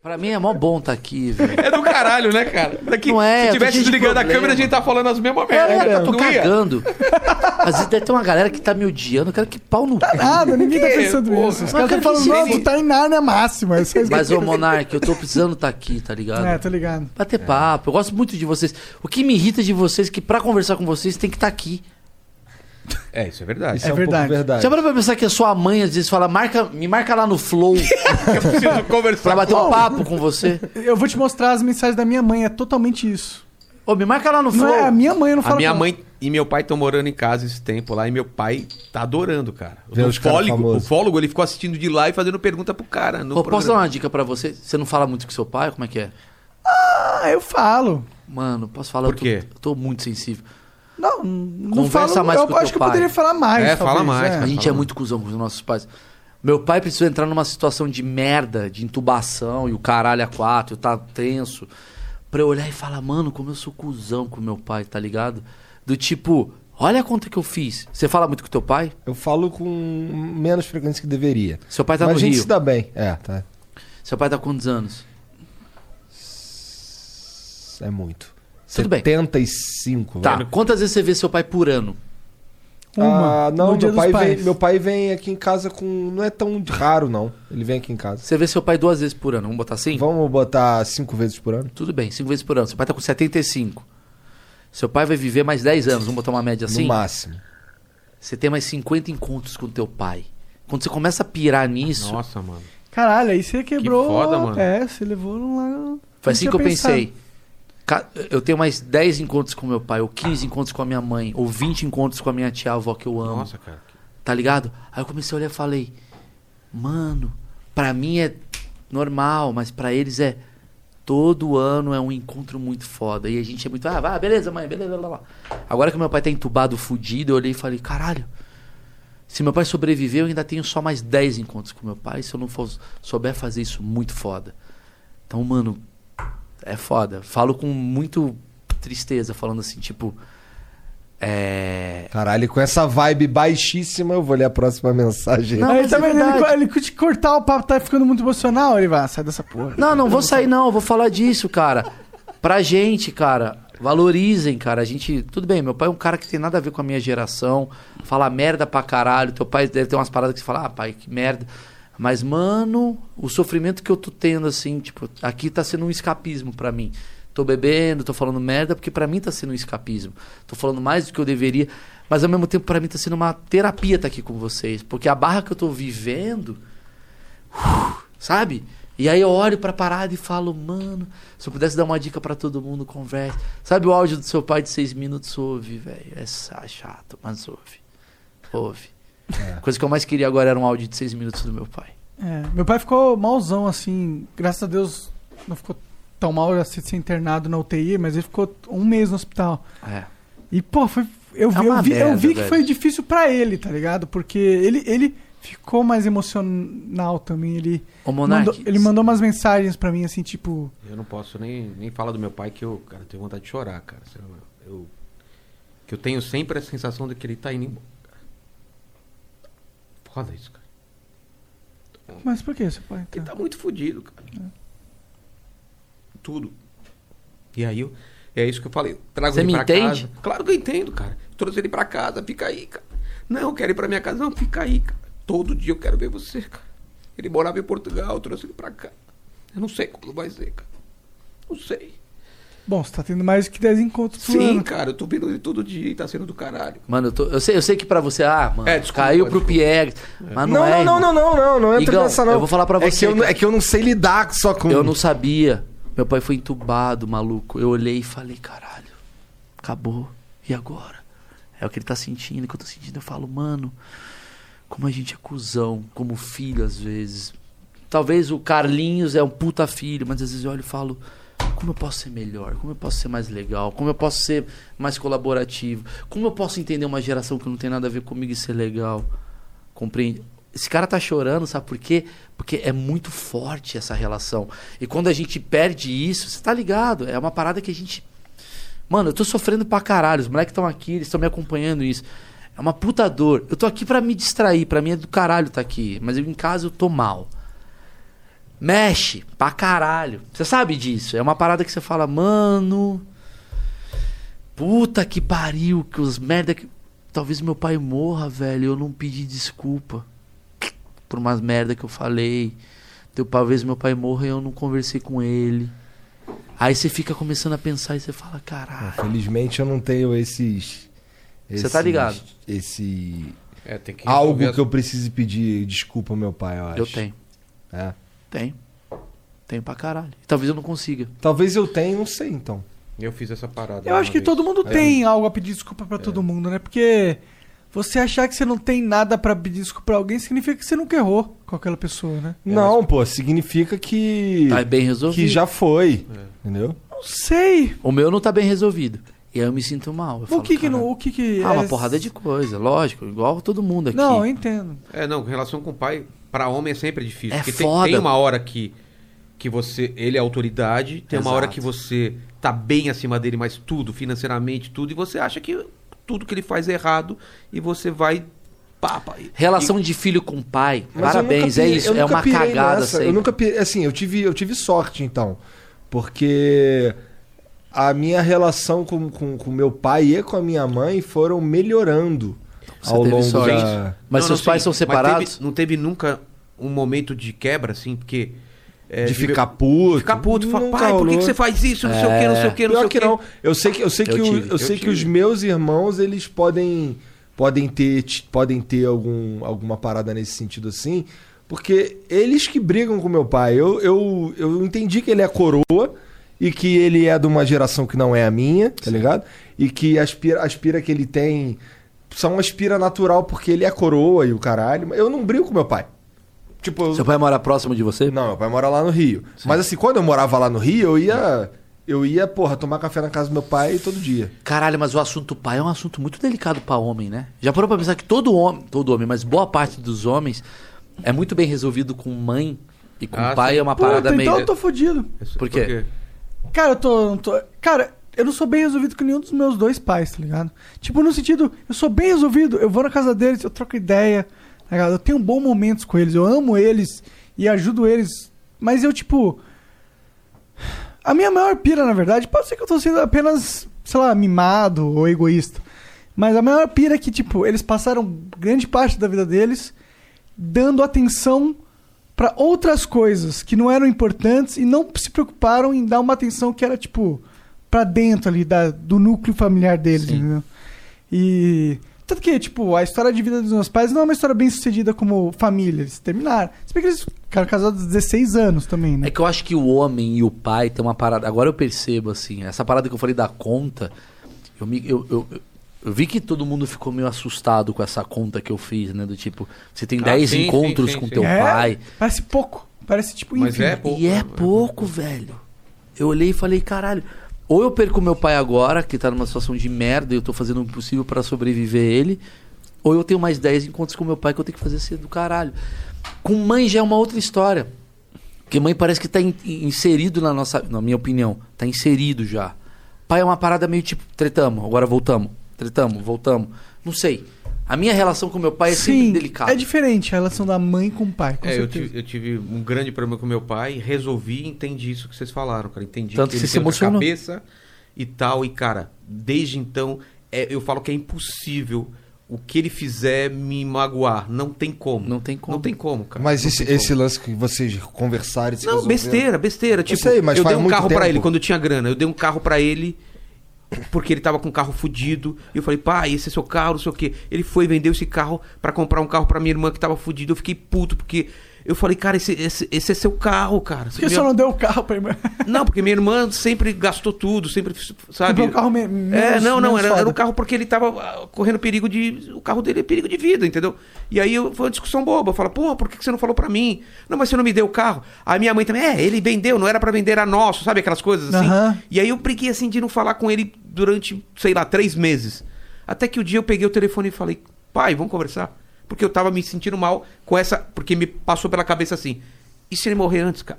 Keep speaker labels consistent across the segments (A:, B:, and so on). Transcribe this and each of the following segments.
A: Pra mim é mó bom tá aqui, velho.
B: É do caralho, né, cara? Daqui,
A: Não é,
B: se
A: eu tô
B: tivesse
A: cheio de
B: desligando a
A: problema.
B: câmera, a gente tá falando as mesmas merdas.
A: É, eu tô
B: Não ia?
A: cagando. Às vezes deve ter uma galera que tá me odiando, eu quero que pau no cu.
C: Nada, ninguém tá
B: Que-
C: pensando
B: Porra.
C: isso.
A: Mas
C: Os caras
A: cara,
C: estão falando,
A: que
C: não,
A: seria?
C: tu tá em Narnia máxima. é só isso que
A: Mas,
C: eu
A: ô
C: quero
A: Monark, eu tô precisando tá aqui, tá ligado?
C: dizer. É, tô ligado.
A: Bater papo, eu gosto muito de vocês. O que me irrita de vocês é que pra conversar com vocês tem que estar tá aqui.
B: É, isso é verdade.
C: É
D: um pouco
C: verdade.
A: Já parou pra pensar que a sua mãe às vezes fala, marca, me marca lá no Flow
B: Eu preciso conversar.
A: pra bater um papo com você.
C: Eu vou te mostrar as mensagens da minha mãe, é totalmente isso.
A: Ô, me marca lá no Flow.
C: Não é, a minha
A: um
C: mãe eu não fala
B: A minha
C: com ela.
B: mãe e meu pai estão morando em casa esse tempo lá e meu pai tá adorando, cara.
D: Vê
B: o
D: os cara
B: fólogo,
D: famoso.
B: o fólogo, ele ficou assistindo de lá e fazendo pergunta pro cara. No
A: Pô, posso dar
B: programa.
A: uma dica pra você? Você não fala muito com seu pai? Como é que é?
C: Ah, eu falo.
A: Mano, posso falar?
B: Por
A: Eu tô-
B: quê?
A: Eu tô muito sensível.
C: Não, não
A: Conversa
C: falo.
A: mais
C: eu
A: com
C: acho
A: teu
C: que
A: pai.
C: eu poderia falar mais.
B: É, fala
C: talvez,
B: mais,
C: é.
A: A
B: cara.
A: gente é muito cuzão com os nossos pais. Meu pai precisou entrar numa situação de merda, de intubação e o caralho a quatro, eu tá tenso. Pra eu olhar e falar, mano, como eu sou cuzão com meu pai, tá ligado? Do tipo, olha a conta que eu fiz. Você fala muito com teu pai?
D: Eu falo com menos frequência que deveria.
A: Seu pai tá
D: Mas
A: no
D: a gente
A: Rio.
D: se dá bem. É, tá.
A: Seu pai tá com quantos anos?
D: É muito.
A: Tudo bem.
D: 75.
A: Tá.
D: velho.
A: Quantas vezes você vê seu pai por ano?
C: Uma.
D: Ah, não,
C: no dia dos
D: meu pai, vem,
C: pais.
D: meu pai vem aqui em casa com. Não é tão raro, não. Ele vem aqui em casa.
A: Você vê seu pai duas vezes por ano, vamos botar assim?
D: Vamos botar cinco vezes por ano?
A: Tudo bem, cinco vezes por ano. Seu pai tá com 75. Seu pai vai viver mais 10 anos, vamos botar uma média assim?
D: No máximo.
A: Você tem mais 50 encontros com teu pai. Quando você começa a pirar nisso,
B: Nossa, mano.
C: Caralho, aí você quebrou.
B: foda, mano.
C: É, você levou num lá.
A: Foi assim
C: não
A: que eu
C: tinha pensado.
A: pensei. Ca- Eu tenho mais 10 encontros com meu pai, ou 15 encontros com a minha mãe, ou 20 encontros com a minha tia avó que eu amo.
B: Nossa, cara.
A: Tá ligado? Aí eu comecei a olhar e falei, mano, pra mim é normal, mas pra eles é. Todo ano é um encontro muito foda. E a gente é muito. Ah, vai, beleza, mãe, beleza, lá, lá. Agora que meu pai tá entubado, fudido, eu olhei e falei, caralho. Se meu pai sobreviver, eu ainda tenho só mais 10 encontros com meu pai. Se eu não for, souber fazer isso, muito foda. Então, mano, é foda. Falo com muito tristeza, falando assim, tipo. É.
D: Caralho, com essa vibe baixíssima, eu vou ler a próxima mensagem.
A: Não,
C: Aí
A: mas
C: tá
A: é
C: vendo?
A: verdade.
C: Ele, ele te cortar o papo, tá ficando muito emocional. Ele vai, "Ah, sai dessa porra.
A: Não, não vou sair, não. Vou falar disso, cara. Pra gente, cara. Valorizem, cara. A gente. Tudo bem, meu pai é um cara que tem nada a ver com a minha geração. Fala merda pra caralho. Teu pai deve ter umas paradas que você fala, ah, pai, que merda. Mas, mano, o sofrimento que eu tô tendo, assim, tipo, aqui tá sendo um escapismo pra mim. Tô bebendo, tô falando merda, porque pra mim tá sendo um escapismo. Tô falando mais do que eu deveria. Mas ao mesmo tempo, pra mim tá sendo uma terapia tá aqui com vocês. Porque a barra que eu tô vivendo sabe? E aí eu olho pra parada e falo, mano, se eu pudesse dar uma dica pra todo mundo, converse. Sabe o áudio do seu pai de seis minutos? Ouve, velho. É sa- chato, mas ouve. Ouve. A Coisa que eu mais queria agora era um áudio de seis minutos do meu pai.
C: É, meu pai ficou malzão, assim. Graças a Deus não ficou tão mal assim, de ser internado na UTI, mas ele ficou um mês no hospital.
A: É.
C: E, pô, foi, eu,
A: É
C: vi- eu
A: uma
C: vi, eu
A: merda,
C: vi que
A: velho.
C: foi difícil pra ele, tá ligado? Porque ele, ele ficou mais emocional também. Ele,
A: Ô, Monark,
C: mandou, ele mandou umas mensagens pra mim, assim, tipo...
B: Eu não posso nem, nem falar do meu pai que eu, cara, eu tenho vontade de chorar, cara. Sei lá, Eu, que eu tenho sempre a sensação de que ele tá indo embora. cara. Foda isso, cara.
C: Mas por que seu pai? tá?"
A: Então.
B: Ele tá muito fudido, cara. Tudo. E aí, eu, é isso que eu falei. Trago
A: Você
B: ele
A: me
B: pra
A: entende?
B: casa. Claro que eu entendo, cara. Trouxe ele pra casa, fica aí, cara. Não, eu quero ir pra minha casa. Não, fica aí, cara. Todo dia eu quero ver você, cara. Ele morava em Portugal, eu trouxe ele pra cá. Eu não sei como vai ser, cara. Não sei.
C: Bom, você tá tendo mais que 10 encontros por
B: Sim,
C: ano.
B: cara, eu tô vendo ele todo dia e tá sendo do caralho.
A: Mano, eu, tô- eu sei, eu sei que pra você, ah, mano,
B: É, desculpa,
A: caiu pro
B: desculpa.
A: Pierre. Mas não,
D: não,
A: é.
D: não,
A: irmão.
D: não, não, não, não entra
A: Igão,
D: nessa, não.
A: eu vou falar pra
D: É
A: você,
D: que, eu,
A: cara.
D: é que eu não sei lidar só com.
A: Eu não sabia. Meu pai foi entubado, maluco. Eu olhei e falei, caralho, acabou. E agora? É o que ele tá sentindo, o que eu tô sentindo. Eu falo, mano, como a gente é cuzão, como filho às vezes. Talvez o Carlinhos é um puta filho, mas às vezes eu olho e falo, como eu posso ser melhor? Como eu posso ser mais legal? Como eu posso ser mais colaborativo? Como eu posso entender uma geração que não tem nada a ver comigo e ser legal? Compreende? Esse cara tá chorando, sabe por quê? Porque é muito forte essa relação. E quando a gente perde isso, você tá ligado? É uma parada que a gente. Mano, eu tô sofrendo pra caralho. Os moleques estão aqui, eles estão me acompanhando isso. É uma puta dor. Eu tô aqui pra me distrair, pra mim é do caralho tá aqui. Mas eu, em casa eu tô mal. Mexe pra caralho. Você sabe disso. É uma parada que você fala, mano. Puta que pariu, que os merda que. Talvez meu pai morra, velho. Eu não pedi desculpa por umas merda que eu falei. Teu- Talvez meu pai morra e eu não conversei com ele. Aí você fica começando a pensar e você fala, caralho.
D: Ah, Felizmente eu não tenho esses.
A: Você tá
D: esses-
A: ligado?
D: Esse.
B: É, tem que resolver
D: Algo
B: as-
D: que eu precise pedir desculpa ao meu pai, eu acho.
A: Eu tenho.
D: É.
A: Tenho. Tenho pra caralho. Talvez eu não consiga.
D: Talvez eu tenha, não sei então.
B: Eu fiz essa parada.
C: Eu
B: uma
C: acho que
B: vez.
C: todo mundo
B: É.
C: tem algo a pedir desculpa pra
A: É.
C: todo mundo, né? Porque você achar que você não tem nada pra pedir desculpa pra alguém significa que você nunca errou com aquela pessoa, né?
D: não, pô, significa que.
A: Tá bem resolvido.
D: que já foi. Entendeu?
C: Não sei.
A: O meu não tá bem resolvido. E aí eu me sinto mal. Eu
C: O
A: falo,
C: que que
A: "Caralho".
C: não, o que que
A: Ah, uma
C: é-
A: porrada de coisa, lógico. Igual todo mundo aqui.
C: Não, eu entendo.
B: É, não, relação com o pai, pra homem é sempre difícil.
A: É
B: porque tem-
A: foda.
B: Tem, uma hora que, que você. Ele é autoridade, tem uma
A: Exato.
B: hora que você tá bem acima dele, mas tudo, financeiramente, tudo, e você acha que tudo que ele faz é errado e você vai. Papa. e-
A: Relação de filho com pai,
D: Mas eu
A: parabéns,
D: nunca
A: é
D: pirei-
A: isso.
D: eu
A: É
D: nunca
A: uma
D: pirei
A: cagada
D: nessa,
A: sempre.
D: Eu nunca pirei- assim, eu tive, eu tive sorte então, porque a minha relação com, com, com meu pai e com a minha mãe foram melhorando
A: Você
D: ao
A: teve
D: longo
A: sorte.
D: da...
A: Mas
B: Não,
A: seus
B: não,
A: pais
B: sim,
A: são
B: mas teve-
A: separados?
B: não teve nunca um momento de quebra, assim, porque. é,
D: de ficar puto.
B: Ficar puto, falar,
D: Nunca
B: pai, por que,
D: rolou.
B: que você faz isso? Não sei o que, não sei
A: É.
B: o que, não
D: Pior
B: sei o
D: que
B: que.
D: não. Eu sei que eu sei
A: Eu
D: que o-
A: tive,
D: eu
A: eu
D: sei que
B: tive.
D: os meus irmãos eles podem podem ter ti- podem ter algum alguma parada nesse sentido assim, porque eles que brigam com meu pai. Eu eu, eu entendi que ele é coroa e que ele é de uma geração que não é a minha, tá ligado? E que as pira, as pira que ele tem são as pira natural porque ele é coroa e o caralho. Mas Eu não brigo com meu pai. Tipo, eu-
A: Seu pai mora próximo de você?
D: não, meu pai mora lá no Rio. Mas assim, quando eu morava lá no Rio, eu ia. Eu ia, porra, tomar café na casa do meu pai todo dia.
A: Caralho, mas o assunto pai é um assunto muito delicado pra homem, né? Já parou pra pensar que todo homem, todo homem, mas boa parte dos homens é muito bem resolvido com mãe e com
B: Ah,
A: pai
B: sim.
A: é uma parada
C: Puta, então
A: meio.
C: eu tô fodido.
A: Por quê?
C: Cara, eu tô, não tô- Cara, eu não sou bem resolvido com nenhum dos meus dois pais, tá ligado? Tipo, no sentido, eu sou bem resolvido, eu vou na casa deles, eu troco ideia, tá ligado? Eu tenho bons momentos com eles, eu amo eles e ajudo eles. Mas eu, tipo. A minha maior pira, na verdade, pode ser que eu tô sendo apenas, sei lá, mimado ou egoísta. Mas a maior pira é que, tipo, eles passaram grande parte da vida deles dando atenção pra outras coisas que não eram importantes e não se preocuparam em dar uma atenção que era, tipo, pra dentro ali da, do núcleo familiar deles,
A: Sim.
C: entendeu? E. Tanto que, tipo, a história de vida dos meus pais não é uma história bem sucedida como família. Eles terminaram. Se bem que eles ficaram casados há 16 anos também, né?
A: É que eu acho que o homem e o pai tem uma parada. Agora eu percebo, assim, essa parada que eu falei da conta, eu, me- eu- eu- eu vi que todo mundo ficou meio assustado com essa conta que eu fiz, né? Do tipo, você tem
B: Ah,
A: 10
B: sim, sim,
A: encontros
B: sim,
A: com
B: sim.
A: teu
C: É,
A: pai.
C: Parece pouco. Parece tipo
B: Mas
C: ínfimo.
B: é pouco.
A: e é
B: né?
A: pouco, velho. Eu olhei e falei, caralho. Ou eu perco meu pai agora, que tá numa situação de merda e eu tô fazendo o possível pra sobreviver ele. Ou eu tenho mais 10 encontros com meu pai que eu tenho que fazer ser do caralho. Com mãe já é uma outra história. Porque mãe parece que tá in- inserido na nossa. Na minha opinião, tá inserido já. Pai é uma parada meio tipo, tretamos, agora voltamos. Tretamos, voltamos. Não sei. A minha relação com meu pai é sempre delicada.
C: é diferente a relação da mãe com o pai, com
B: É, eu
C: certeza.
B: tive, eu tive um grande problema com meu pai, resolvi e entendi isso que vocês falaram, cara. Entendi
A: Tanto que
B: que ele
A: você
B: tem
A: se
B: outra
A: emocionou.
B: cabeça e tal. E, cara, desde então, é, eu falo que é impossível o que ele fizer me magoar. Não tem como.
A: Não tem como.
B: Não tem como, cara.
D: Mas
B: Não
D: esse,
B: tem
D: esse lance que vocês conversaram e se
B: como. Não,
D: resolveram-
B: besteira, besteira. Tipo,
D: sei, mas
B: eu
D: faz
B: dei um
D: muito
B: carro pra
D: tempo.
B: ele quando eu tinha grana. Eu dei um carro pra ele. Porque ele tava com um carro fudido. E eu falei, pai, esse é seu carro, não sei o quê. Ele foi e vendeu esse carro pra comprar um carro pra minha irmã que tava fudido. Eu fiquei puto, porque eu falei, cara, esse, esse, esse é seu carro, cara.
C: Por que
B: Minha-
C: só não deu o carro pra irmã?
B: Não, porque minha irmã sempre gastou tudo, sempre, sabe?
C: Comprou um carro me-
B: É,
C: menos-
B: não, não,
C: menos
B: era, era
C: foda.
B: o carro porque ele tava ah, correndo perigo de. O carro dele é perigo de vida, entendeu? E aí eu- foi uma discussão boba. Eu falo, pô, por que que você não falou pra mim? Não, mas você não me deu o carro. A minha mãe também, é, ele vendeu, não era pra vender, era nosso, sabe? Aquelas coisas assim.
C: Aham.
B: E aí eu briguei assim de não falar com ele durante, sei lá, três meses. Até que o dia eu peguei o telefone e falei, pai, vamos conversar. Porque eu tava me sentindo mal com essa. Porque me passou pela cabeça assim. E se ele morrer antes, cara?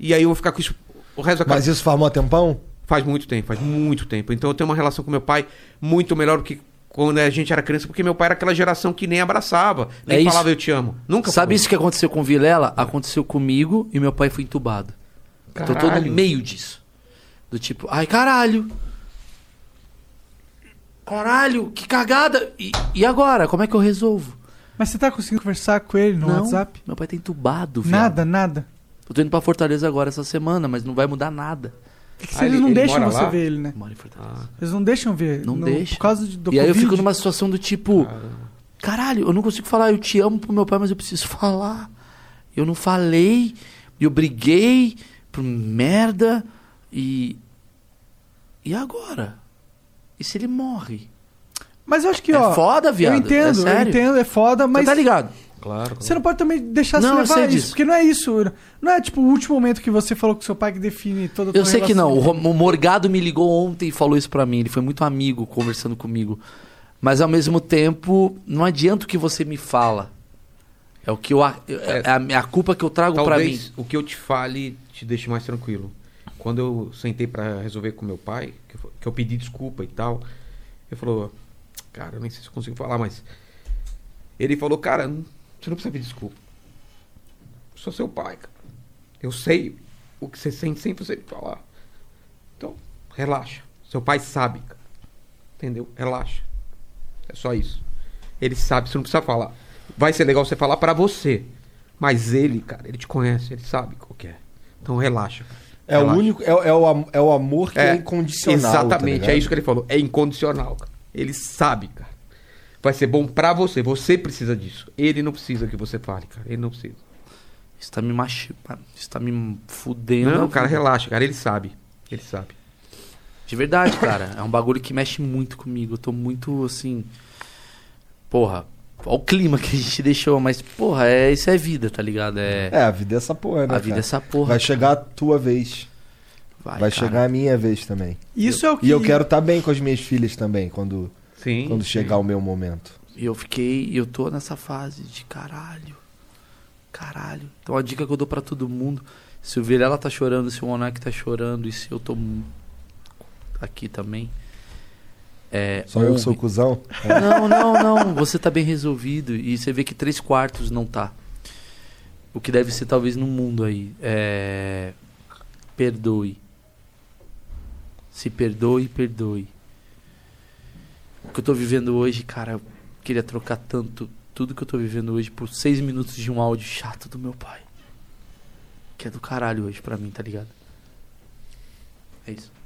B: E aí eu vou ficar com isso o resto da
D: Mas isso formou tempão?
B: Faz muito tempo, faz muito tempo. Então eu tenho uma relação com meu pai muito melhor do que quando a gente era criança, porque meu pai era aquela geração que nem abraçava, nem
A: É isso.
B: falava eu te amo. Nunca
A: Sabe
B: falou.
A: isso que aconteceu com o Vilela? Aconteceu comigo e meu pai foi entubado. Então eu tô no
B: Caralho.
A: meio disso. Do tipo, ai caralho! Caralho, que cagada! E, e agora? Como é que eu resolvo?
C: Mas você tá conseguindo conversar com ele no WhatsApp?
A: Meu pai tá entubado, viado.
C: Nada, nada.
A: Eu tô indo pra Fortaleza agora essa semana, mas não vai mudar nada.
C: É que
B: Ah,
C: eles
B: ele-
C: não
B: ele
C: deixam
B: mora
C: você
B: lá?
C: ver ele, né?
A: Eu moro em Fortaleza.
B: Ah,
C: Eles não deixam ver.
A: Não
C: no-
A: deixa.
C: Por causa de- do
A: e aí eu
C: Covid.
A: fico numa situação do tipo,
B: caramba.
A: caralho, eu não consigo falar, eu te amo pro meu pai, mas eu preciso falar. Eu não falei, eu briguei por merda e. E agora? E se ele morre?
C: Mas eu acho que,
A: É
C: ó...
A: foda, viado.
C: Eu
A: É
C: entendo, eu
A: sério.
C: entendo, é foda, mas...
A: Você tá ligado?
B: Claro.
C: Você não pode também deixar se
A: Não, eu
C: levar
A: sei
C: a isso,
A: disso.
C: porque não é isso. Não é tipo o último momento que você falou com seu pai que define toda a tua
A: Eu sei que não.
C: relação.
A: O Ro- o Morgado me ligou ontem e falou isso pra mim. Ele foi muito amigo conversando comigo. Mas ao mesmo tempo, não adianta o que você me fala. É o que eu. a- É, a, é a culpa que eu trago pra mim.
B: Talvez o que eu te fale te deixe mais tranquilo. Quando eu sentei pra resolver com meu pai, que eu, fa- que eu pedi desculpa e tal, ele falou, cara, eu nem sei se eu consigo falar, mas ele falou, cara, n- você não precisa pedir desculpa. Eu sou seu pai, cara. Eu sei o que você sente sem você me falar. Então, relaxa. Seu pai sabe, cara. Entendeu? Relaxa. É só isso. Ele sabe, você não precisa falar. Vai ser legal você falar pra você. Mas ele, cara, ele te conhece, ele sabe qual que é. Então relaxa. cara.
D: É o
B: Relaxa.
D: único, é, é o, am- é o amor que é, incondicional. tá
B: Exatamente, é
D: ligado?
B: isso que ele falou. É incondicional, cara. Ele sabe, cara. Vai ser bom pra você. Você precisa disso. Ele não precisa que você fale, cara. Ele não precisa.
A: Isso tá me machu... Isso tá me fudendo.
B: Não, cara, relaxa, cara. Ele sabe. Ele sabe.
A: De verdade, cara. É um bagulho que mexe muito comigo. Eu tô muito assim. Porra. Olha o clima que a gente deixou, mas, porra, é, isso é vida, tá ligado? É,
D: É, a vida é essa porra, né?
A: a vida é
D: cara?
A: essa porra.
D: Vai chegar a tua vez.
A: Vai,
D: vai
A: cara.
D: chegar a minha vez também.
C: Isso é o que...
D: E eu quero estar bem com as minhas filhas também, quando,
B: Sim.
D: quando
B: sim.
D: chegar o meu momento.
A: E eu fiquei, e eu tô nessa fase de caralho. Caralho. Então a dica que eu dou pra todo mundo, se o Virela tá chorando, se o Monark tá chorando e se eu tô mu- aqui também, é
D: Só eu que
A: honre.
D: sou cuzão?
A: Não, não, não, você tá bem resolvido e você vê que três quartos não tá. O que deve ser talvez no mundo aí, é perdoe. Se perdoe, perdoe. O que eu tô vivendo hoje, cara, eu queria trocar tanto tudo que eu tô vivendo hoje por seis minutos de um áudio chato do meu pai. Que é do caralho hoje pra mim, tá ligado? É isso.